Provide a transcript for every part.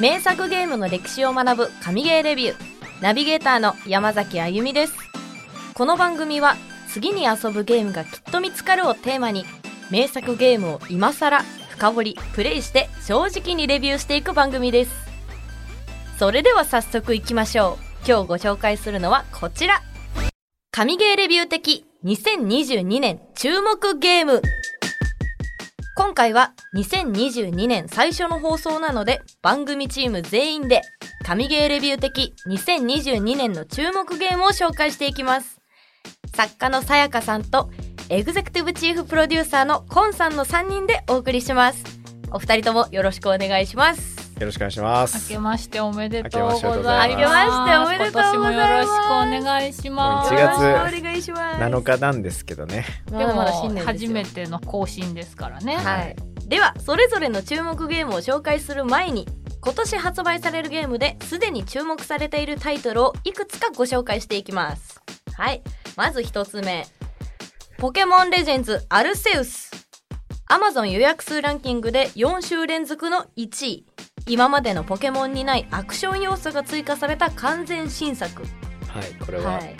名作ゲームの歴史を学ぶ神ゲーレビューナビゲーターの山崎あゆみですこの番組は次に遊ぶゲームがきっと見つかるをテーマに名作ゲームを今更深掘りプレイして正直にレビューしていく番組ですそれでは早速いきましょう今日ご紹介するのはこちら神ゲーレビュー的2022年注目ゲーム今回は2022年最初の放送なので番組チーム全員で神ゲーレビュー的2022年の注目ゲームを紹介していきます作家のさやかさんとエグゼクティブチーフプロデューサーのコンさんの3人でお送りしますお二人ともよろしくお願いしますよろしくお願いしま明けす。もうましておめでとうございます。明けましておめでとうございます今年もよろしくお願いします。 1よろし月くお願いします7日なんですけどね。までだもまだ新年ですよ初めての更新ですからね。はい、ではそれぞれの注目ゲームを紹介する前に今年発売されるゲームですでに注目されているタイトルをいくつかご紹介していきますはいまず1つ目「ポケモンレジェンズアルセウス」Amazon 予約数ランキングで4週連続の1位今までのポケモンにないアクション要素が追加された完全新作はい、これは、はい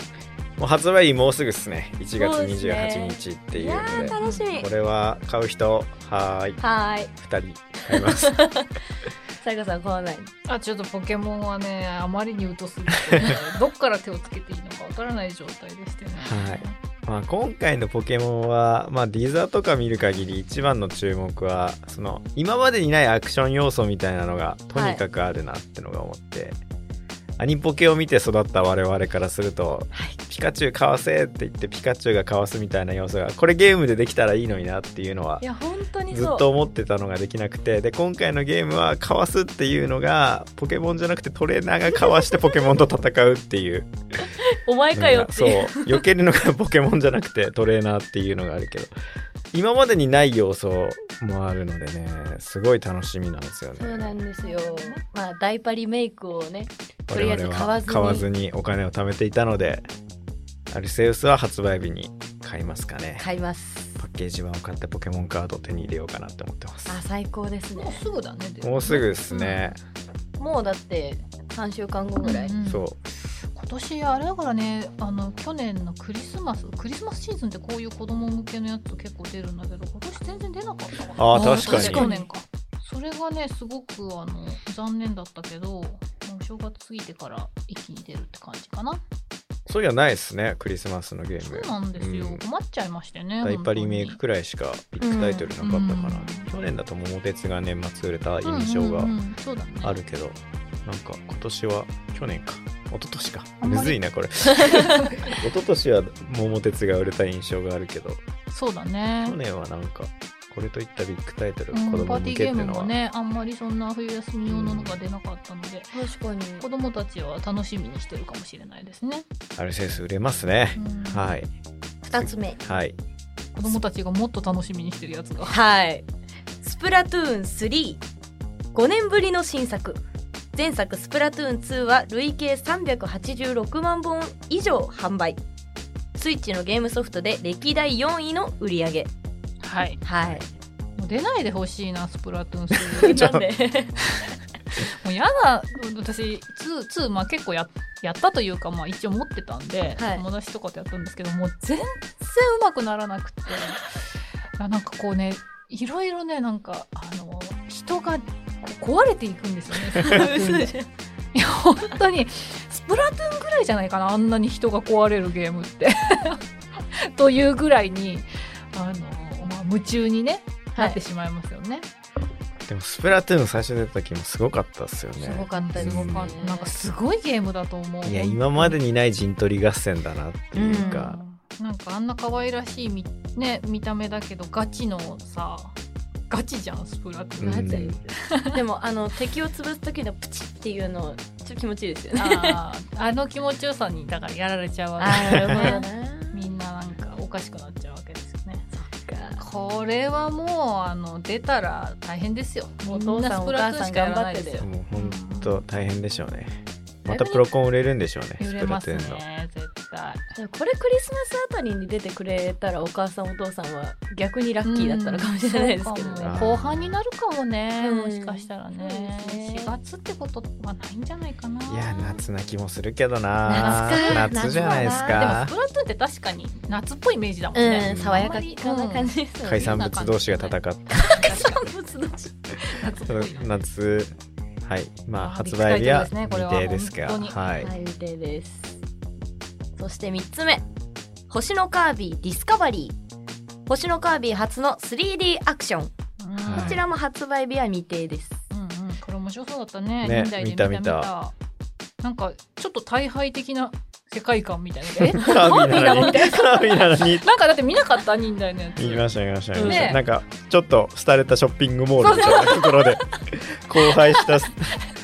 もう発売日もうすぐですね。1月そうですね28日っていいうやのーで、楽しみこれは買う人はーいはーい2人 買います。さやかさん買わないあ、ちょっとポケモンはね、あまりに 疎すぎて、どっから手をつけていいのかわからない状態でしてね。はいまあ今回のポケモンはまあディザーとか見る限り一番の注目はその今までにないアクション要素みたいなのがとにかくあるなってのが思って。アニポケを見て育った我々からすると、ピカチュウかわせって言ってピカチュウがかわすみたいな要素がこれゲームでできたらいいのになっていうのはいや本当にずそうっと思ってたのができなくてで今回のゲームはかわすっていうのがポケモンじゃなくてトレーナーがかわしてポ ケモンと戦うっていうお前かよってそう避けるのが ポケモンじゃなくてトレーナーっていうのがあるけど今までにない要素もあるのでねすごい楽しみなんですよね。そうなんですよ。まあ、ダイパリメイクをね、とりあえ我ず々買わはずに買わずにお金を貯めていたのでアルセウスは発売日に買いますかね。買います。パッケージ版を買ってポケモンカードを手に入れようかなって思ってまあ、す。最高ですもうね。すぐだね。でもうすぐですね。もうだって、3週間後ぐらい。うんそう今年あれだからねあの去年のクリスマスクリスマスシーズンってこういう子供向けのやつ結構出るんだけど今年全然出なかったあーから確かに去年かそれがねすごくあの残念だったけどもう正月過ぎてから一気に出るって感じかなそういやないですねクリスマスのゲーそうムなんですよ、うん困っちゃいましてねダイパリ本当メにイクくらいしかビッグタイトルなかったから、うん去年だと「桃鉄」が年末売れた印象がうんうんうんそうだねあるけど、なんか今年は去年か一昨年かあんまむりずいな これ一昨年は「桃鉄」が売れた印象があるけどそうだね去年はなんかこれといったビッグタイトル、うん子パ供ー向テけっていィーゲーうムのもは、ねあんまりそんな冬休み用ののが出なかったので、確かに。子供たちは楽しみにしてるかもしれないですね、アルセウス売れますね、うんはい2つ目。はい子供たちがもっと楽しみにしてるやつ が。はい。スプラトゥーン3。5年ぶりの新作。前作スプラトゥーン2は累計386万本以上販売。スイッチのゲームソフトで歴代4位の売り上げ。はい。はい。もう出ないでほしいな、スプラトゥーなン3。ちょんでもうやだ、私、2、2、まあ結構ややったというか、まあ一応持ってたんで、はい友達とかとやったんですけど、もう全然うまくならなくて。いやなんかこうね、いろいろね、なんか、あの、人がこ壊れていく んですよね、スプラトゥーンで。 嘘じゃんいや本当にスプラトゥーンぐらいじゃないかなあんなに人が壊れるゲームって というぐらいにあの、まあ、夢中に、ねはなってい。しまいますよね。でも「スプラトゥーン」最初出た時もすごかったっすよねすごかったですすごかねっなんかすごいゲームだと思う。いや今までにない陣取り合戦だなっていうか、うんなんかあんな可愛らしいみ、ね、見た目だけどガチのさガチじゃんスプラトゥーン。マジうんでもあの敵を潰す時のプチっていうのちょっと気持ちいいですよね。あーあの気持ちよさにだからやられちゃうわけあーなるほどね。な。 みんななんかおかしくなっちゃうわけですよね。かこれはもうあの出たら大変ですよ。お父さんみなスプラトゥーンしかやらないですお母さん頑張ってだよもう本当大変でしょうね。またプロコン売れるんでしょうね。揺スれプラまトすゥーンの。ね絶さい。でもこれクリスマスあたりに出てくれたらお母さんお父さんは逆にラッキーだったのかもしれないですけどうんねそうあーかも後半になるかもね、うんもしかしたらねそうですね4月ってことはないんじゃないかないいや夏な気もするけどな夏か夏じゃないですでもかスプラトゥーンって確かに夏っぽいイメージだもんうね、ん爽やかな感じですよ海ね産物同士が戦って海産物同士夏っぽいよ夏はいまああー発売日はビッグタイトルです未定ですがねこれは本当にはいはい、予定です。そして3つ目、星のカービィディスカバリー。星のカービィ初の 3D アクション。こうんはいちらも発売日は未定です。うんうんこれ面白そうだったねね現代で見た見たなんかちょっと大敗的な世界観みたいなえ カービィなのにカービィなのになんかだって見なかった忍耐のやつ見ました見ましたね見ました、なんかちょっと廃れたショッピングモールみたいなところ で荒廃した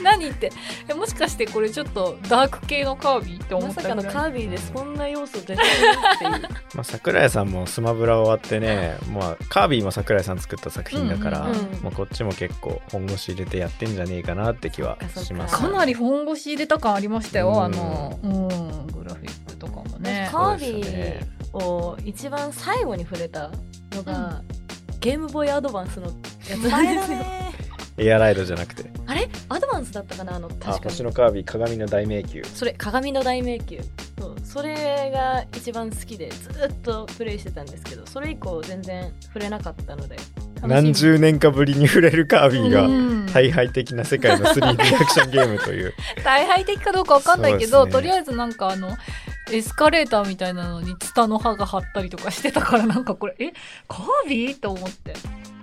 何ってえもしかしてこれちょっとダーク系のカービィって思まったさぐらかいのカービィでそんな要素出てるっていう。まあ、桜井さんもスマブラ終わってね、まあ、カービィも桜井さん作った作品だから、うんうんうんまあ、こっちも結構本腰入れてやってんじゃねえかなって気はしますそっかなり本腰入れた感ありましたよ、うんあの、うん、グラフィックとかもね。カービィを一番最後に触れたのが、ゲームボーイアドバンスのやつなんですよ。エアライドじゃなくてあれアドバンスだったかなあのあ確か星に。のカービィ鏡の大迷宮それ鏡の大迷宮そうそれが一番好きでずっとプレイしてたんですけどそれ以降全然触れなかったので何十年かぶりに触れるカービィがうん大敗的な世界の 3D アクションゲームという大敗的かどうかわかんないけど、そうですねとりあえずなんかあのエスカレーターみたいなのにツタの刃が張ったりとかしてたからなんかこれえカービィと思って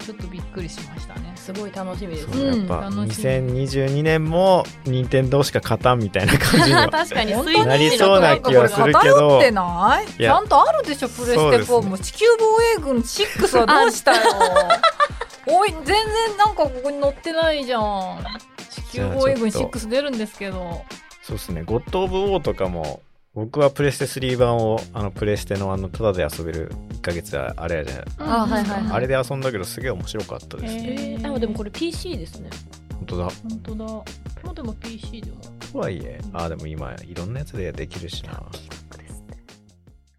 ちょっとびっくりしましたね。すごい楽しみです、そうやっぱうん楽しみ2022年も任天堂しか勝たんみたいな感じ の確かに本ス当イにッなりチそうのな気はするけどこれ偏ってないいちやゃんとあるでしょプレそスうテです4ねもう地球防衛軍6はどうしたよ おい全然なんかここに載ってないじゃん地球防衛軍じゃあちょっと6出るんですけどそうですね、ゴッド・オブ・ウォーとかも、僕はプレステ3版を、あのプレステのあの、ただで遊べる1ヶ月あれやじゃない、あはいはいはいあれで遊んだけど、すげえ面白かったですね。えーあでもこれ PC ですね本当だ。本当だもうでも PC でもとはいえ、ああ、でも今、いろんなやつでできるしな。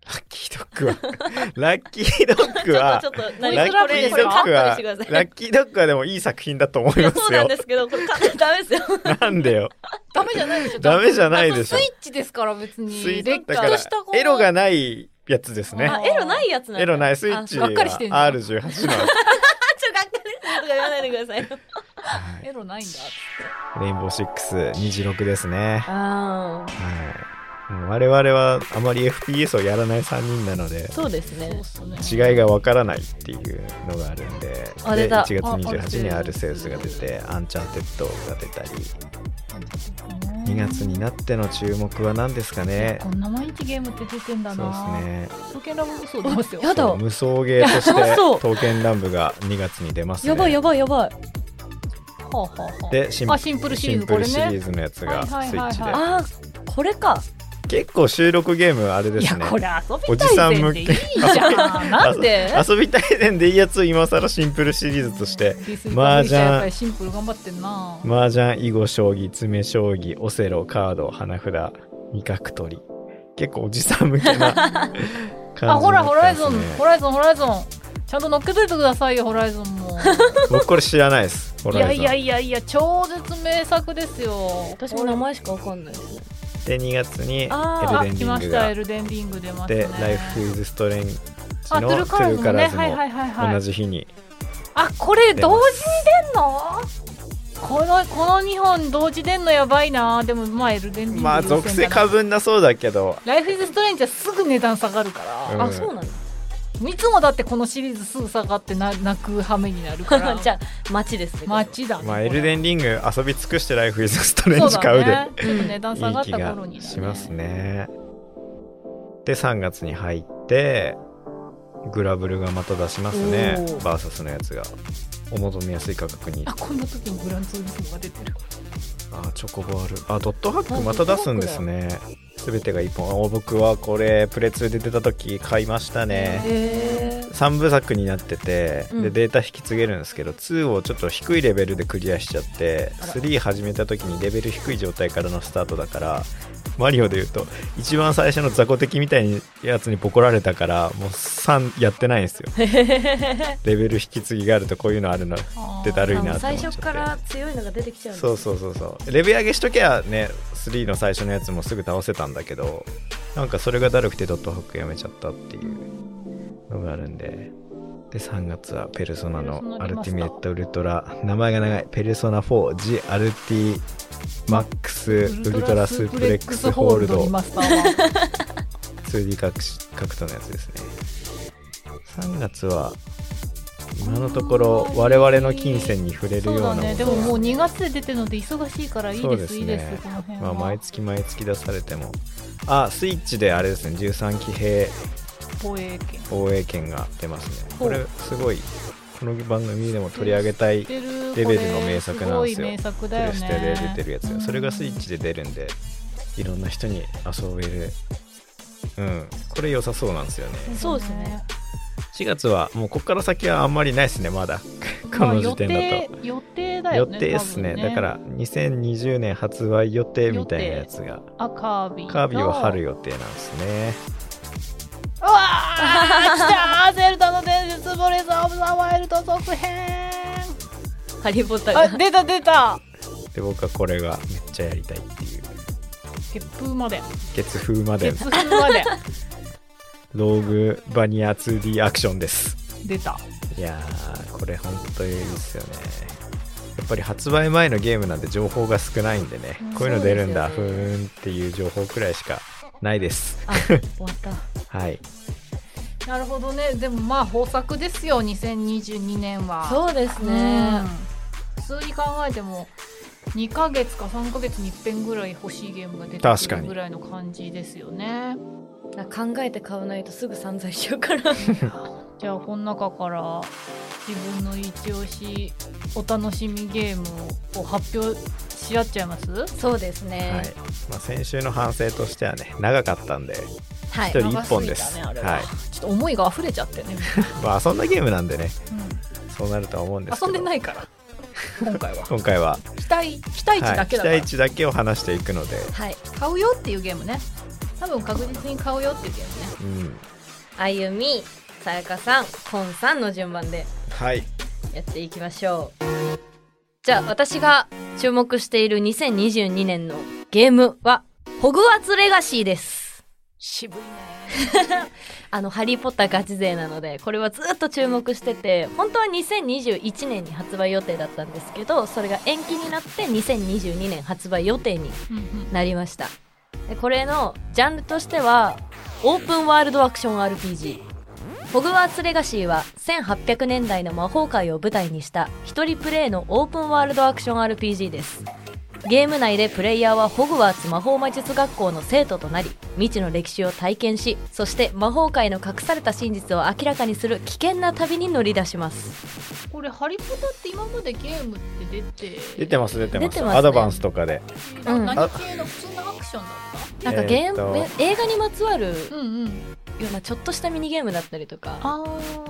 ラッキードッグは、ラッキードッグ は ちょ、っとちょっとょ何ラこッキれーこドれカットッグにはしてくだ、さラいッキードッグはでもいい作品だと思いいやますそうなんよで。すけどこれカットダメですよなんでよ。ダメじゃないでしょダメじゃないでしょあとスイッチですから別にスイッれっチきだからとしたこうエロがないやつですね。あエロないやつなんだエロないスイッチあはがっかりしてんじゃ R18 んのあちょっとがっかりするとか言わないでくださいエロないんだレインボーシックス26ですね。あはい。もう我々はあまり FPS をやらない3人なのであ、そうですそうねっすね違いがわからないっていうのがあるんで、あで出た1月28日にあアアルルセセウウススが出て、アンチャーテッドが出たり、うん2月になっての注目は何ですかね。こんな毎日ゲームって出てんだそうでなすね。刀剣ラブそう出ますよやだそう無双ゲーとしいやてそう刀剣乱舞が2月に出ますね。やばいやばいやばいほうほうほうでシンあシンプルシリーズこれねシンプルシリーズのやつがスイはいはいッはいはいチで、あーこれか結構収録ゲームあれでいすやねこれ遊おびじたいさんぜ向んでけいいじゃんなんで遊び大全でいいやつを今更シンプルシリーズと して麻雀やっぱりシンプル頑張ってんな麻雀囲碁将棋詰将棋オセロカード花札味覚取り結構おじさん向け な感じにあほらホライゾン、ホンライゾンホライゾンちゃんと乗っけといてくださいよホライゾンも僕これ知らないですホいラやイいゾンやいやいや超絶名作ですよ私も名前しかわかんないですねで2月にエあールあデンリ来ンまグしたがエルデンリング出ますねで「ライフ・イズ・ストレンジ」あトのゥルーカラーズもねトゥはいルーカはラーいはいズもは同いじ日にあこれ同時に出んのこのこの2本同時出んのやばいなでもまあエルデンリングまあ優先だな属性過分なそうだけどライフイズストレンジはすぐ値段下がるから、うんあそうなんだいつもだってこのシリーズすぐ下がってな泣く羽目になる から じゃあ街ですね。これは街だまあエルデンンリング遊び尽くして「ライフ・イズ・ストレンジ」買うでね、ちょっと値段下がいい気った頃に、がしますね。で3月に入ってグラブルがまた出しますねおーバーサスのやつがお求めやすい価格にあこんな時にグランツーリスモが 出てるあチョコボールあドットハックまた出すんですね全てが1本あ僕はこれプレ2で出た時買いましたねへー3部作になっててうんでデータ引き継げるんですけど、2をちょっと低いレベルでクリアしちゃってあら3始めた時にレベル低い状態からのスタートだからマリオで言うと一番最初の雑魚敵みたいなやつにボコられたからもう3やってないんで すよレベル引き継ぎがあるとこういうのあるなってだるいなあもうと思最っちゃって初から強いのが出てきちゃうんだそうそうそうそうレベル上げしときゃね3の最初のやつもすぐ倒せたんだけどなんかそれがだるくてドットハックやめちゃったっていうのがあるんでで3月は「ペルソナのアルティメットウルトラ」名前が長い「ペルソナ4 g アルティマックスウルトラスープレックスホールドリマスターは 2D 格し格闘のやつですね3月は今のところ我々の金銭に触れるそよううなだもねでのもはもう2月で出てるので忙しいからいいそうでですすいいですこの辺はまあ、毎月毎月出されてもあスイッチであれですね13騎兵防衛権応援券が出ますねこほうれすごいこの番組でも取り上げたいプレレベルの名作なんですよごい名作だよレステでね出てるやつがそれがスイッチで出るんでいろんな人に遊べるうんこれ良さそうなんですよねそうですね4月はもうこっから先はあんまりないですねま だこまあの時点だと予定予定だ予よね定ですね多分だから2020年発売予定みたいなやつがあカービィとカービィを貼る予定なんですねうわあ来たーゼルダの伝説ブレザー・オブ・ザ・ワイルド続 編ハリー・ポッターあが出た出たで僕はこれがめっちゃやりたいっていう月風まで月風まで月風までローグバニア 2D アクションです出たいやーこれほんといいですよねやっぱり発売前のゲームなんで情報が少ないんでねうんこういうの出るんだ、そふうですよねーんっていう情報くらいしかないですあ終わったはい なるほどねでもまあ豊作ですよ2022年はそうですうねん普通に考えても2ヶ月か3ヶ月に一遍ぐらい欲しいゲームが出て確くかにるぐらいの感じですよねあ考えて買わないとすぐ散財しちゃうから じゃあこの中から自分の一押しお楽しみゲームを発表し合っちゃいますそうですねはいまあ、先週の反省としてはね長かったんで、はい、一人一本です長すぎたねあれははいちょっと思いが溢れちゃってね、まあ、遊んだゲームなんでねそうなるとは思うんですけ遊どんでないいから今回は今回は期待期待値だけだかはら、い、期待値だけを話していくので、はい、買うよっていうゲームね多分確実に買うよっていうゲームうねん、あゆみさやかさんこんさんの順番ではいやっていきましょうじゃあ私が注目している2022年のゲームは「ホグワーツ・レガシー」です渋いね あの「ハリー・ポッター」ガチ勢なのでこれはずっと注目してて本当は2021年に発売予定だったんですけどそれが延期になって2022年発売予定にうんうんなりましたでこれのジャンルとしてはオープンワールドアクション RPG「ホグワーツ・レガシー」は1800年代の魔法界を舞台にした一人プレイのオープンワールドアクション RPG ですゲーム内でプレイヤーはホグワーツ魔法魔術学校の生徒となり未知の歴史を体験しそして魔法界の隠された真実を明らかにする危険な旅に乗り出しますこれ「ハリポタ」って今までゲームって出て出てます出てます出てますねアドバンスとかであうん何系の普通のアクションだなっんかゲーム、えー映画にまつわるよたうんうんうなちょっとしたミニゲームだったりとかあ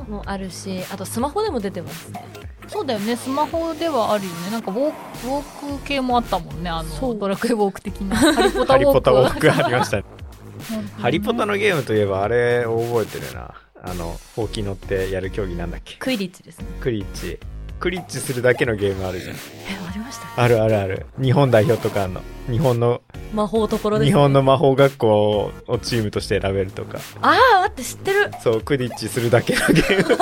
もあるしあとスマホでも出てますねあそうだよねスマホではあるよねなんかウォークウォーク系もあったもんねあそのうドラクエウォーク的な ハリポタハウリォポークタウォークありましたねうんうんハリポタのゲームといえばあれを覚えてるなあのほうき乗ってやる競技なんだっけクイリッチですねクリッチクリッチするだけのゲームあるじゃんえありましたあるあるある日本代表とかあんの日本の、魔法ところです、ね、日本の魔法学校をチームとして選べるとかああ待って知ってるそうクリッチするだけのゲーム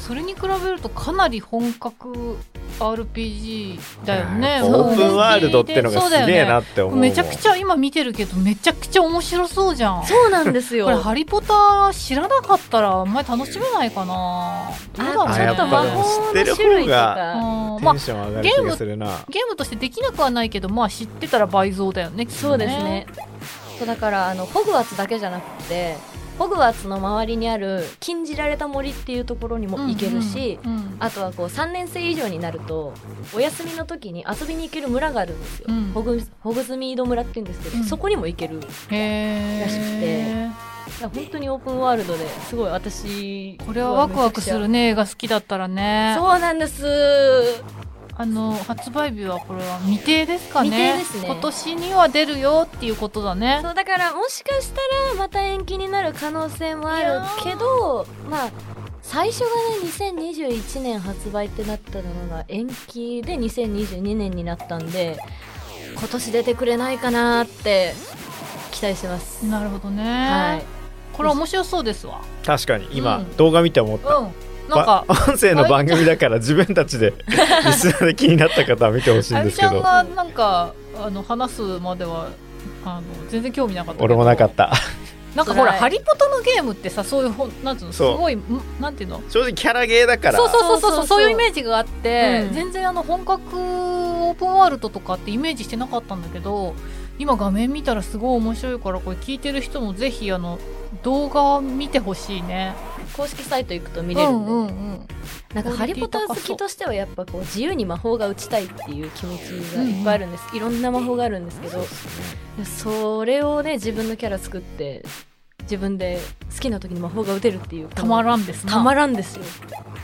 それに比べるとかなり本格 RPG だよねそう オープンワールドってのがそうだすよげねえなって思うもんめちゃくちゃ今見てるけどめちゃくちゃ面白そうじゃんそうなんですよこれ「ハリポタ」知らなかったらあんまり楽しめないかなどうだろうねあちょっと魔法の種類とかうんまテあンション上がる気がするな、ゲームとしてできなくはないけどまあ知ってたら倍増だよねきっとそうですねそうだからあのホグワーツだけじゃなくてホグワーツの周りにある禁じられた森っていうところにも行けるし、うんうんうんあとはこう3年生以上になるとお休みの時に遊びに行ける村があるんですよ、うんホグホグズミード村って言うんですけど、うんそこにも行けるだかへらしくえら本当にオープンワールドですごい私これはワクワクするね映画好きだったらねそうなんです。あの発売日はこれは未定ですかね未定ですね今年には出るよっていうことだねそうだからもしかしたらまた延期になる可能性もあるけどまあ最初がね2021年発売ってなったのが延期で2022年になったんで今年出てくれないかなって期待してます。なるほどね、はい、これ面白そうですわ確かに今、うん動画見て思っうた、んなんかば 音声の番組だから自分たち でリスナーで気になった方は見てほしいあんでゆみすちけゃんどがなんかあの話すまではあの全然興味なかったけど俺もなかったなんかほら「辛いハリポタ」のゲームってさそういうほんなんつうのすそうごいんなんていうの正直キャラゲーだからそうそうそうそそうそうそううそういうイメージがあって、うん全然あの本格オープンワールドとかってイメージしてなかったんだけど今画面見たらすごい面白いからこれ聞いてる人もぜひあの動画見てほしいね公式サイト行くと見れるんで、うんうんうんなんかクオハリリティポタ好きとしてはやっぱこう自由に魔法が打ちたいっていう気持ちがいっぱいあるんです、いろんな魔法があるんですけそうどっすねそれをね自分のキャラ作って自分で好きな時に魔法が打てるっていうたまんらんですなたまらんですよ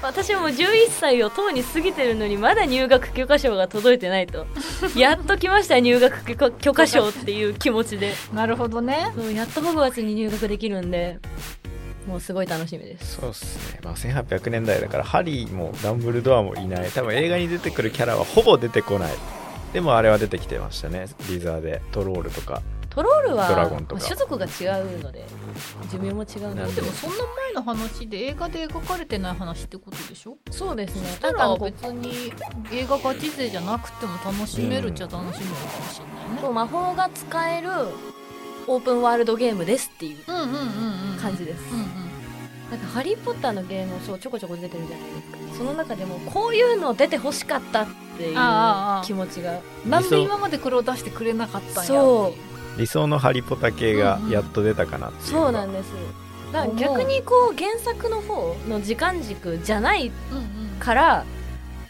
私も11歳をとうに過ぎてるのにまだ入学許可証が届いてない とやっと来ました入学許可許可証っていう気持ちでなるほどねそうやっとホグワーツに入学できるんでもうすごい楽しみですそうっすね、まあ、1800年代だからハリーもダンブルドアもいない多分映画に出てくるキャラはほぼ出てこないでもあれは出てきてましたねリザーでトロールとかトロールはドラゴンとまかあ種族が違うので寿命も違うなのんでででもそんな前の話で映画で描かれてない話ってことでしょそうですねなだんかからあのこう別に映画ガチ勢じゃなくても楽しめるっちゃ楽しめるかもしれないね、こう魔法が使えるオープンワールドゲームですっていううんうんうんうん感じです、うんうんなんか「ハリー・ポッター」のゲームそうちょこちょこ出てるじゃないですかその中でもこういうの出てほしかったっていうああああ気持ちがなんで今までこれを出してくれなかったんやそう理想のハリポタ系がやっと出たかなっていうのがそうなんですだから逆にこう原作の方の時間軸じゃないうんうんから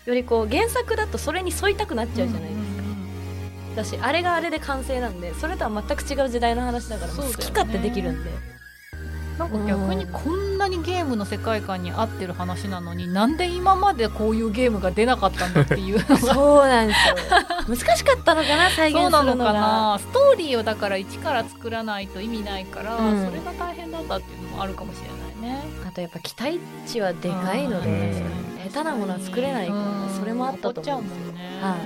よりこう原作だとそれに沿いたくなっちゃうじゃないですか、だしあれがあれで完成なんでそれとは全く違う時代の話だからそう好だよねき勝手できるんでなんか逆にこんなにゲームの世界観に合ってる話なのになんで今までこういうゲームが出なかったんだって いうそうそうなんですよ 難しかったのかな再現するのがなのかなストーリーをだから一から作らないと意味ないから、うんそれが大変だったっていうのもあるかもしれないねあとやっぱ期待値はでかいのうでん下手なものは作れないからそれもあったと思うんですよ思うんですよは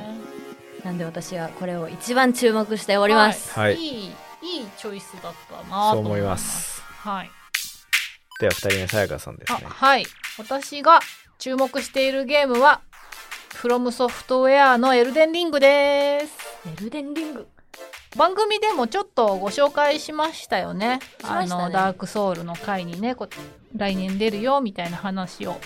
なんで私はこれを一番注目しております、はいいいいいチョイスだったなそうと思いますはいでは2人目さやかさんですあねはい私が注目しているゲームは「フロムソフトウェアのエルデンリング」ですエルデンリング番組でもちょっとご紹介しましたよねしまあしたねのダークソウルの回にねこ来年出るよみたいな話を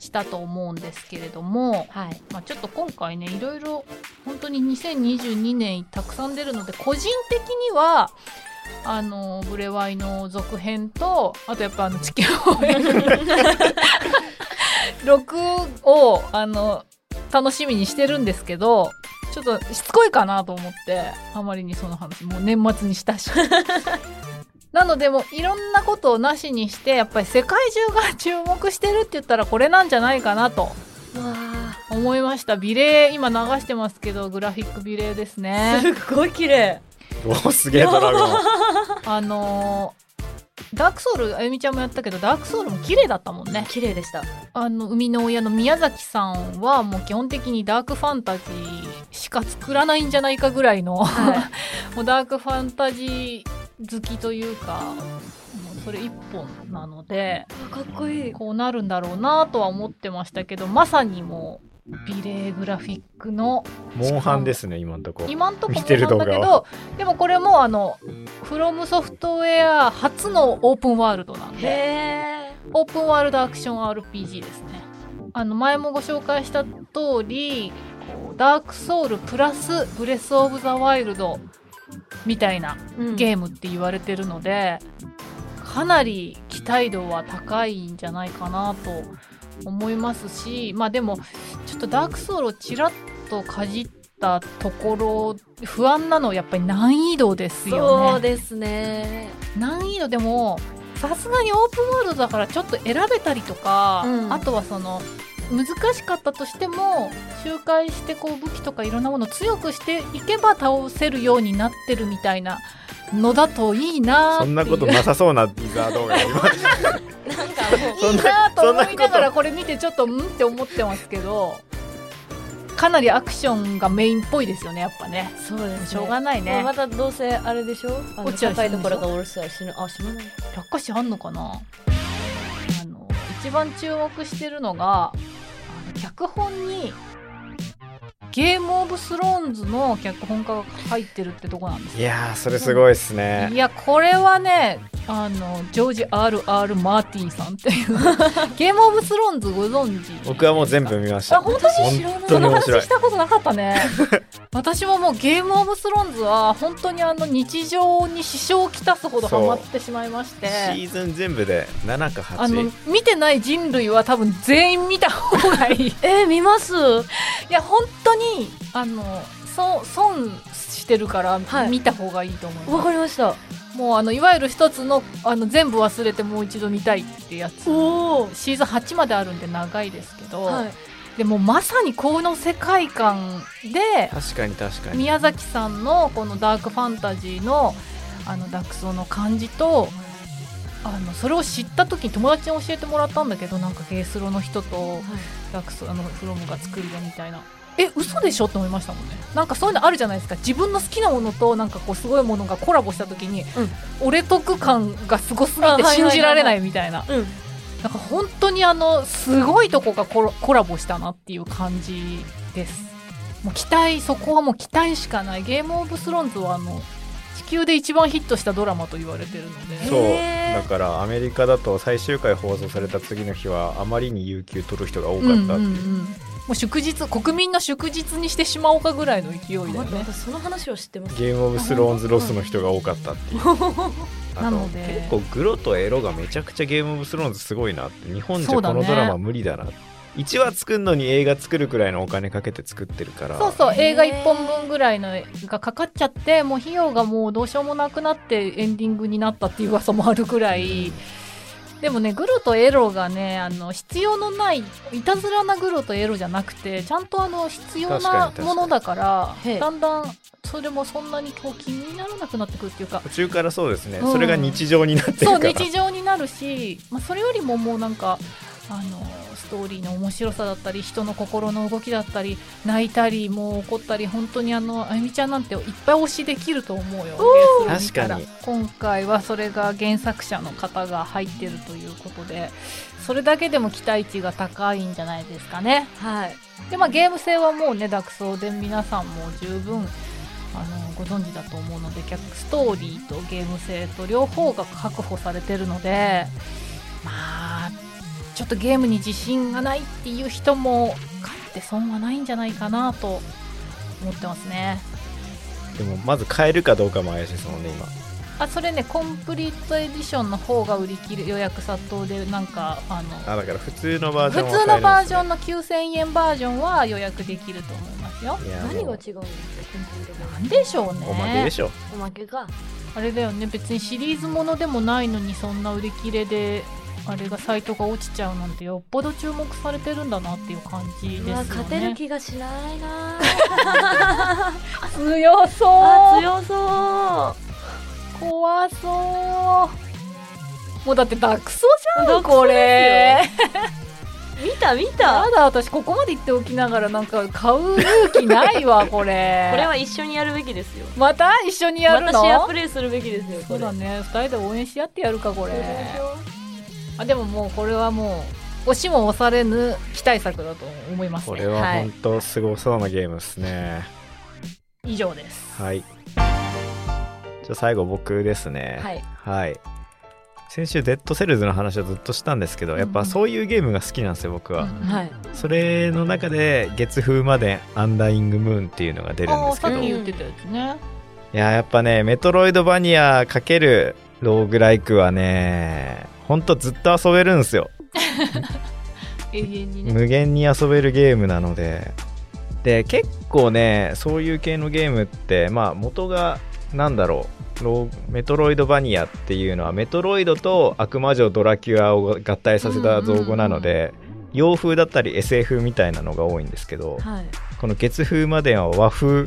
したと思うんですけれども、はいまあ、ちょっと今回ねいろいろ本当に2022年たくさん出るので個人的にはあのブレワイの続編とあとやっぱあの地球防衛軍6をあの楽しみにしてるんですけどちょっとしつこいかなと思ってあまりにその話もう年末にした しなのでもういろんなことをなしにしてやっぱり世界中が注目してるって言ったらこれなんじゃないかなとわ思いました美麗今流してますけどグラフィック美麗ですあ ねすごい綺麗おーすげえドラ ゴンあのーダークソウルあゆみちゃんもやったけどダークソウルも綺麗だったもんね綺麗でしたあの生みの親の宮崎さんはもう基本的にダークファンタジーしか作らないんじゃないかぐらいの、 はもうダークファンタジー好きというかもうそれ一本なのでかっこいいこうなるんだろうなとは思ってましたけどまさにもう美麗グラフィックのモンハンですね今んとこ今んとこも見てる動なん画だけどでもこれもあのフロムソフトウェア初のオープンワールドなんでへえオープンワールドアクション RPG ですねあの前もご紹介した通りこうダークソウルプラスブレス・オブ・ザ・ワイルドみたいなゲーームって言われてるので、かなり期待度は高いんじゃないかなと思いますしまあでもちょっとダークソウルをちらっとかじったところ不安なのはやっぱり難易度ですよそうねですね難易度でもさすがにオープンワールドだからちょっと選べたりとか、うんあとはその難しかったとしても周回してこう武器とかいろんなものを強くしていけば倒せるようになってるみたいなのだといいそなーっていうんなことなさそうなディザー動画が今なんかもうそいんいななと思いながそんならこれ見てちょっとうんって思ってますけどかなりアクションがメインっぽいですよねやっぱねそうですねしょうがないまあねまたどうせあれでしょあの落ちは高いところ死ぬでしょがおろすは死ぬあ死なない落下死あんのかなあの一番注目してるのがあの脚本にゲームオブスローンズの脚本家が入ってるってとこなんですいやーそれすごいっすねいやこれはねあのジョージ・ RR ・マーティンさん っていうゲームオブスローンズご存知僕はもう全部見ましたあ本当に知らない本そ当にの面話白いしたことなかったね私ももうゲームオブスローンズは本当にあの日常に支障をきたすほどハマってしまいましシてーズン全部で7かあの8見てない人類は多分全員見た方が いいいえー、見ますや本当にあのそ損してるからはい見た方がいいと思いわます、かりましたもうあのいわゆる一つのあの全部忘れてもう一度見たいってやつおおシーズン8まであるんで長いですけど、はいでもまさにこの世界観で確かに確かに宮崎さんのこのダークファンタジーのあのダークソの感じとあのそれを知った時に友達に教えてもらったんだけどなんかゲースロの人とダークソあのフロムが作るよみたいな。え嘘でしょって思いましたもんねなんかそういうのあるじゃないですか自分の好きなものとなんかこうすごいものがコラボした時に、うん俺得感がすごすぎあはいてはいはい信はいじられないみたいなうんなんか本当にあのすごいとこがコラコラボしたなっていう感じです。もう期待そこはもう期待しかない。ゲームオブスローンズはあの地球で一番ヒットしたドラマと言われてるので。そうへーだからアメリカだと最終回放送された次の日はあまりに有給取る人が多かったうっんていうう、んうん。もう祝日国民の祝日にしてしまおうかぐらいの勢いだよ待ってね。私その話を知ってますゲームオブスローンズロスの人が多かったっていうあ なとので結構グロとエロがめちゃくちゃゲームオブスローンズすごいなって日本じゃそこうだねのドラマ無理だな1話作るのに映画作るくらいのお金かけて作ってるからそうそうへー映画1本分ぐらいのがかかっちゃってもう費用がもうどうしようもなくなってエンディングになったっていう噂もあるぐらいでもねグロとエロがねあの必要のないいたずらなグロとエロじゃなくてちゃんとあの必要確かなに確かにものだからへえだんだんそれもそんなにこう気にならなくなってくるっていうか途中からそうですね、うんそれが日常になってるそうから日常になるし、まあ、それよりももうなんかあのストーリーの面白さだったり人の心の動きだったり泣いたりもう怒ったり本当にあのあゆみちゃんなんていっぱい推しできると思うよベースを見たら確今回はそれが原作者の方が入ってるということでそれだけでも期待値が高いんじゃないですかね。はいでまあ、ゲーム性はもうね、ダクソーで皆さんも十分あのご存知だと思うので、逆ストーリーとゲーム性と両方が確保されてるので、まあ、ちょっとゲームに自信がないっていう人も、買って損はないんじゃないかなと思ってますね。でもまず買えるかどうかも怪しいですもんね今あそれね、コンプリートエディションの方が売り切れ予約殺到で、なんか、あの、あだから普通のバージョ普ンは通のバージョンンの9000円バージョンは予約できると思いますよ。いや何が違うもうんですかなんでしょうね。おまけでしょおまけがあれだよね別にシリーズものでもないのにそんな売り切れであれがサイトが落ちちゃうなんてよっぽど注目されてるんだなっていう感じですうよわね勝てる気がしないな 強あそう強そう怖そうもうだってダクソじゃんダクソですよこれ見た見たやだ私ここまで言っておきながらなんか買う勇気ないわ これこれは一緒にやるべきですよまた一緒にやるのまたシェアプレイするべきですよこそれうだね2人で応援し合ってやるかこれそうでしょあでももうこれはもう押しも押されぬ期待作だと思いますこねれは本当すごそうなゲームですね以上ですはいじゃあ最後僕ですねはいはい先週デッドセルズの話をずっとしたんですけどやっぱそういうゲームが好きなんですよ僕は、はいそれの中で月風までアンダイングムーンっていうのが出るんあであすさけっどきい言ってたやつねややっぱねメトロイドバニア×ローグライクはねほんとずっと遊べるんですよ永遠にね無限に遊べるゲームなのでで結構ねそういう系のゲームってまあ元がなんだろうローメトロイドバニアっていうのはメトロイドと悪魔女ドラキュアを合体させた造語なので、洋風だったり SF みたいなのが多いんですけど、はい。この月風までは和風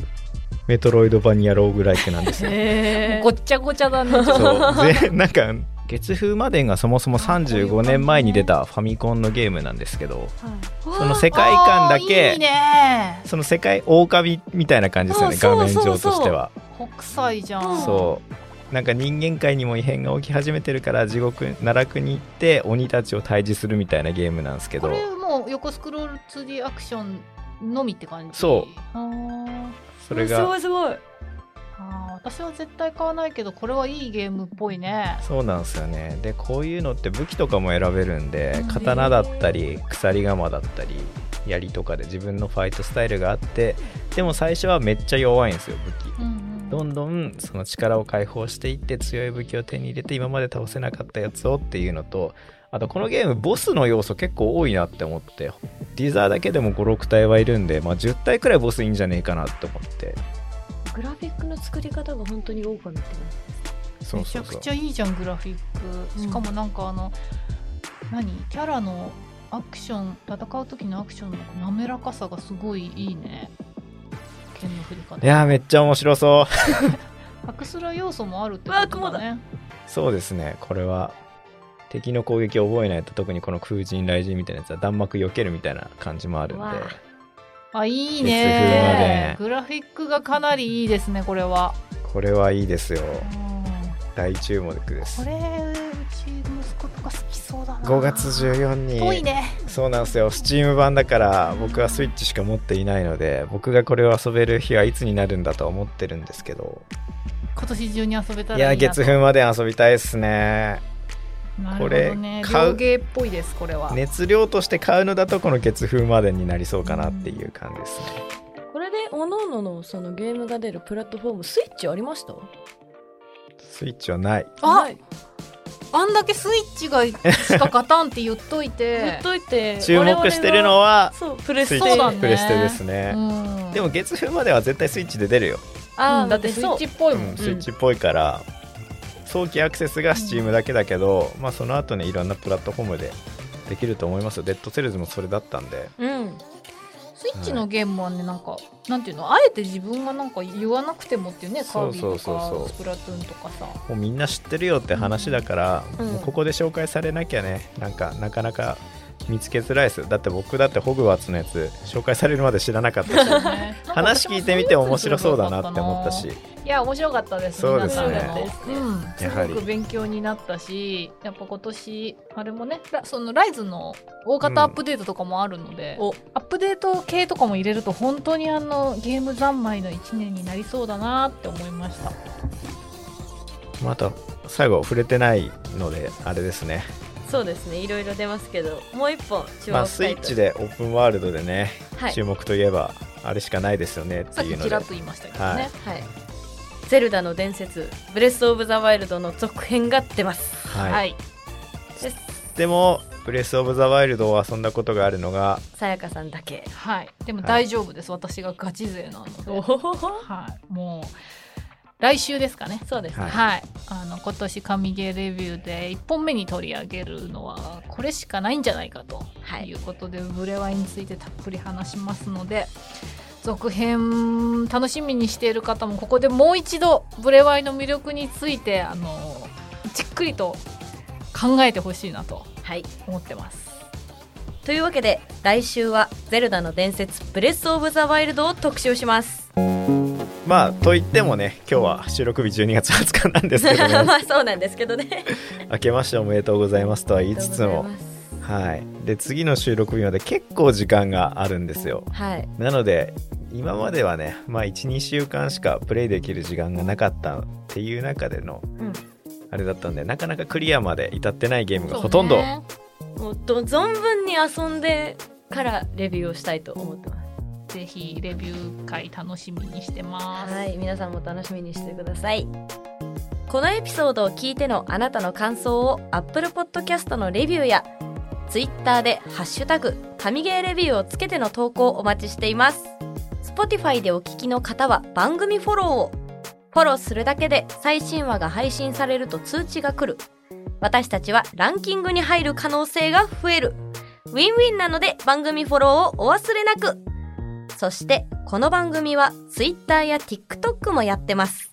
メトロイドバニアローグライクなん ですよ。へごっちゃごちゃだね。そうぜなんか月風までがそもそも35年前に出たファミコンのゲームなんですけどその世界観だけあーいいね。その世界狼みたいな感じですよねあそう画面上とそうしては北斎じゃん。そうなんか人間界にも異変が起き始めてるから地獄奈落に行って鬼たちを退治するみたいなゲームなんですけこどれもう横スクロール 2D アクションのみって感じ。そうあー。それすがごいすごい。あー私は絶対買わないけどこれはいいゲームっぽいね。そうなんですよねでこういうのって武器とかも選べるんでうん刀だったり鎖鎌だったり槍とかで自分のファイトスタイルがあってでも最初はめっちゃ弱いんですよ武器うんうんどんどんその力を解放していって強い武器を手に入れて今まで倒せなかったやつをっていうのとあとこのゲームボスの要素結構多いなって思ってディザーだけでも56体はいるんで、まあ、10体くらいボスいいんじゃねえかなって思ってグラフィックの作り方が本当に豪華になってます。そめうちそゃうくそうちゃいいじゃんグラフィック。しかもなんかあの、何キャラのアクション戦う時のアクションの滑らかさがすごいいいね。剣の振りい方。やーめっちゃ面白そう ハクスラ要素もあるってことだね。そうですねこれは敵の攻撃を覚えないと特にこの空人雷神みたいなやつは弾幕避けるみたいな感じもあるんでわああいい別風ねだね。グラフィックがかなりいいですねこれは。これはいいですようん大注目ですこれうち息子とか好きそうだな。 5月14日遠いね。そうなんですよ Steam 版だから僕はスイッチしか持っていないので僕がこれを遊べる日はいつになるんだとは思ってるんですけど今年中に遊べたらいいいなやと月粉まで遊びたいですねなこるれほどね買う両芸っぽいですこれは、熱量として買うのだとこの月粉までになりそうかなっていう感じですねこれで各々のそのゲームが出るプラットフォームスイッチありました？スイッチはないあずあんだけスイッチがしか勝たんって言っといてっといて注目してるのははそうプレススイテそうッだねチプレステですねうんでも月粉までは絶対スイッチで出るよ、あうーんだだっっててススイイッッチチっぽいもん、うん、スイッチっぽいから早期アクセスが Steam だけだけど、まあその後ねいろんなプラットフォームでできると思いますよデッドセルズもそれだったんでうんスイッチのゲームはねなんかなんていうのあえて自分がなんか言わなくてもっていうねカそーうビそうィとそうそうかスプラトゥーンとかさもうみんな知ってるよって話だから、うんもうここで紹介されなきゃねなんかなかなか見つけづらいですよだって僕だってホグワーツのやつ紹介されるまで知らなか ったし 話聞いてみて面白そうだなって思ったしいや面白かったですそうですね面白かったですねやはりすごく勉強になったしやっぱ今年あれもねラそのライズの大型アップデートとかもあるので、おアップデート系とかも入れると本当にあのゲーム三昧の1年になりそうだなって思いましたまた最後触れてないのであれですねそうですねいろいろ出ますけどもう一本注目まあスイッチでオープンワールドでね、はい注目といえばあれしかないですよねっさてっいきうのちでらっと言いましたけどはねい、はいゼルダの伝説ブレスオブザワイルドの続編が出ますははいいですでも「ブレス・オブ・ザ・ワイルド」を遊んだことがあるのがさやかさんだけはいでも大丈夫です、私がガチ勢なので、おはい、もう来週ですかねそうですはねいはい、あの今年神ゲーレビューで1本目に取り上げるのはこれしかないんじゃないかとはいいうことで、ブレワイについてたっぷり話しますので続編楽しみにしている方もここでもう一度ブレワイの魅力についてあのじっくりと考えてほしいなとはい思ってます。というわけで来週はゼルダの伝説ブレスオブザワイルドを特集しますまあといってもね今日は収録日12月20日なんですけどね まあそうなんですけどね明けましておめでとうございますとは言いつつもありがとうございますはいで次の収録日まで結構時間があるんですよはいなので今まではねまあ12週間しかプレイできる時間がなかったっていう中での、うんあれだったんでなかなかクリアまで至ってないゲームがほとんど、そうねもうど存分に遊んでからレビューをしたいと思ってますぜひレビュー会楽しみにしてます。はい、皆さんも楽しみにしてください。このエピソードを聞いてのあなたの感想を Apple Podcast のレビューや Twitter で「ハッシュタグ神ゲーレビュー」をつけての投稿をお待ちしています。Spotify でお聞きの方は番組フォローを。フォローするだけで最新話が配信されると通知が来る。私たちはランキングに入る可能性が増える。ウィンウィンなので番組フォローをお忘れなくそしてこの番組は Twitter や TikTok もやってます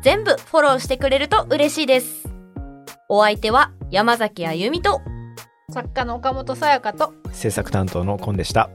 全部フォローしてくれると嬉しいですお相手は山崎あゆみと作家の岡本さやかと制作担当のコンでした